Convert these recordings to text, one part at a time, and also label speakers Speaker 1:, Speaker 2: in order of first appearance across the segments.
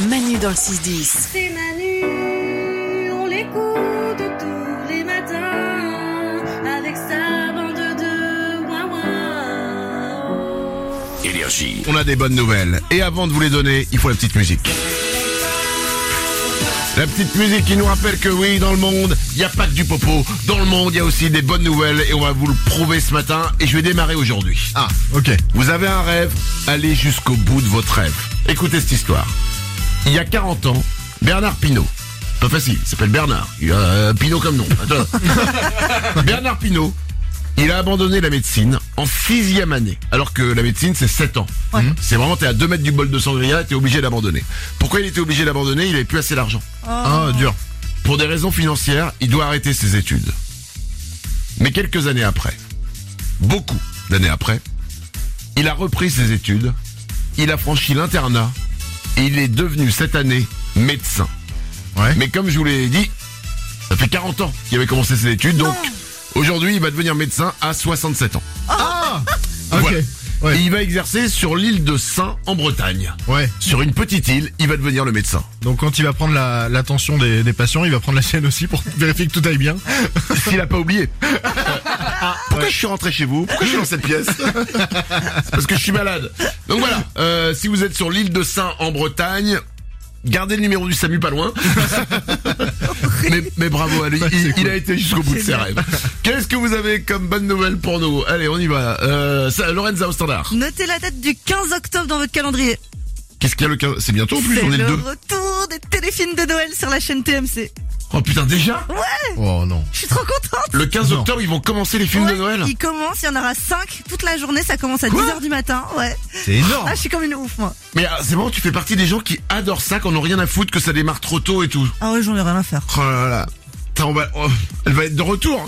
Speaker 1: Manu dans le 6-10.
Speaker 2: C'est Manu, on l'écoute tous les matins avec sa bande de wawa.
Speaker 3: Énergie. On a des bonnes nouvelles. Et avant de vous les donner, il faut la petite musique. La petite musique qui nous rappelle que oui, dans le monde, il n'y a pas que du popo. Dans le monde, il y a aussi des bonnes nouvelles et on va vous le prouver ce matin. Et je vais démarrer aujourd'hui. Ah,
Speaker 4: Ok.
Speaker 3: vous avez un rêve, allez jusqu'au bout de votre rêve. Écoutez cette histoire. Il y a 40 ans, Bernard Pinault, pas facile, il s'appelle Bernard, il a euh, Pinault comme nom. Attends. Bernard Pinault, il a abandonné la médecine en sixième année, alors que la médecine c'est 7 ans. Mhm. C'est vraiment, t'es à 2 mètres du bol de sangria, t'es obligé d'abandonner. Pourquoi il était obligé d'abandonner Il avait plus assez d'argent.
Speaker 4: Ah, dur.
Speaker 3: Pour des raisons financières, il doit arrêter ses études. Mais quelques années après, beaucoup d'années après, il a repris ses études, il a franchi l'internat et il est devenu cette année médecin.
Speaker 4: Ouais.
Speaker 3: Mais comme je vous l'ai dit, ça fait 40 ans qu'il avait commencé ses études, donc aujourd'hui il va devenir médecin à 67 ans.
Speaker 4: Ah Ok.
Speaker 3: Voilà.
Speaker 4: Ouais.
Speaker 3: Et il va exercer sur l'île de Saint en Bretagne.
Speaker 4: Ouais.
Speaker 3: Sur une petite île, il va devenir le médecin.
Speaker 4: Donc quand il va prendre la- l'attention des, des patients, il va prendre la sienne aussi pour vérifier que tout aille bien.
Speaker 3: S'il a pas oublié.
Speaker 1: Ah,
Speaker 3: pourquoi je suis rentré chez vous Pourquoi je suis dans cette pièce C'est parce que je suis malade. Donc voilà, euh, si vous êtes sur l'île de Saint en Bretagne, gardez le numéro du SAMU pas loin. mais, mais bravo à lui, il, il a été jusqu'au bout de ses rêves. Qu'est-ce que vous avez comme bonne nouvelle pour nous Allez, on y va. Euh, ça, Lorenza au standard.
Speaker 1: Notez la date du 15 octobre dans votre calendrier.
Speaker 3: Qu'est-ce qu'il y a le 15 C'est bientôt en plus,
Speaker 1: C'est
Speaker 3: on est le
Speaker 1: le
Speaker 3: 2.
Speaker 1: retour des téléfilms de Noël sur la chaîne TMC.
Speaker 3: Oh putain, déjà
Speaker 4: Oh non.
Speaker 1: Je suis trop contente.
Speaker 3: Le 15
Speaker 4: Non.
Speaker 3: octobre, ils vont commencer les films
Speaker 1: Ouais,
Speaker 3: de Noël
Speaker 1: Il commence, il y en aura 5 toute la journée, ça commence à
Speaker 3: Quoi
Speaker 1: 10h du matin, ouais.
Speaker 4: C'est énorme.
Speaker 1: Ah, je suis comme une ouf, moi.
Speaker 3: Mais ah, c'est bon, tu fais partie des gens qui adorent ça, qu'on n'ont rien à foutre, que ça démarre trop tôt et tout.
Speaker 1: Ah ouais, j'en ai rien à faire.
Speaker 3: Oh là là. Putain, on va- oh, elle va être de retour.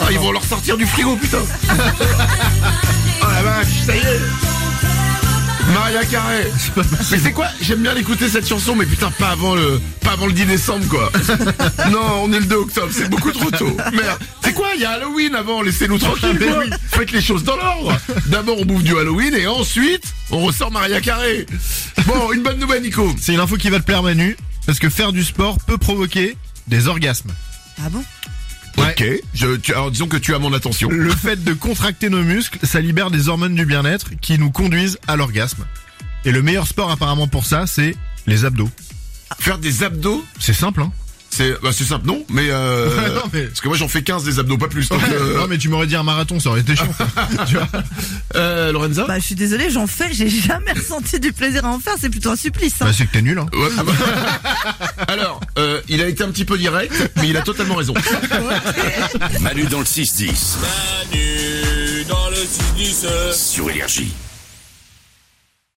Speaker 3: Ah, ils vont leur sortir du frigo, putain. oh la vache, ça y est. Maria Carré. Mais c'est quoi J'aime bien l'écouter cette chanson, mais putain, pas avant le, pas avant le 10 décembre, quoi. non, on est le 2 octobre, c'est beaucoup trop tôt. Merde. C'est quoi Il y a Halloween avant, laissez-nous tranquille.
Speaker 4: Mais
Speaker 3: quoi.
Speaker 4: oui.
Speaker 3: Faites les choses dans l'ordre. D'abord, on bouffe du Halloween et ensuite, on ressort Maria Carré. Bon, une bonne nouvelle, Nico.
Speaker 4: C'est une info qui va te plaire Manu, parce que faire du sport peut provoquer des orgasmes.
Speaker 1: Ah bon
Speaker 3: Ok, je, tu- alors disons que tu as mon attention.
Speaker 4: Le fait de contracter nos muscles, ça libère des hormones du bien-être qui nous conduisent à l'orgasme. Et le meilleur sport apparemment pour ça, c'est les abdos.
Speaker 3: Faire des abdos,
Speaker 4: C'est simple, hein
Speaker 3: c'est bah, c'est simple, non Mais euh,
Speaker 4: Ouais, non, mais-
Speaker 3: parce que moi j'en fais 15 des abdos, pas plus. donc, euh,
Speaker 4: Non mais tu m'aurais dit un marathon, ça aurait été chiant. tu vois
Speaker 3: euh, Lorenza
Speaker 1: Bah, je suis désolée, j'en fais, j'ai jamais ressenti du plaisir à en faire, c'est plutôt un supplice. hein.
Speaker 4: Bah, c'est que t'es nul, hein.
Speaker 3: Ouais, ah bah. Alors, euh, il a été un petit peu direct, mais il a totalement raison.
Speaker 5: Manu dans le 6-10
Speaker 6: Manu dans le 6
Speaker 5: sur Énergie.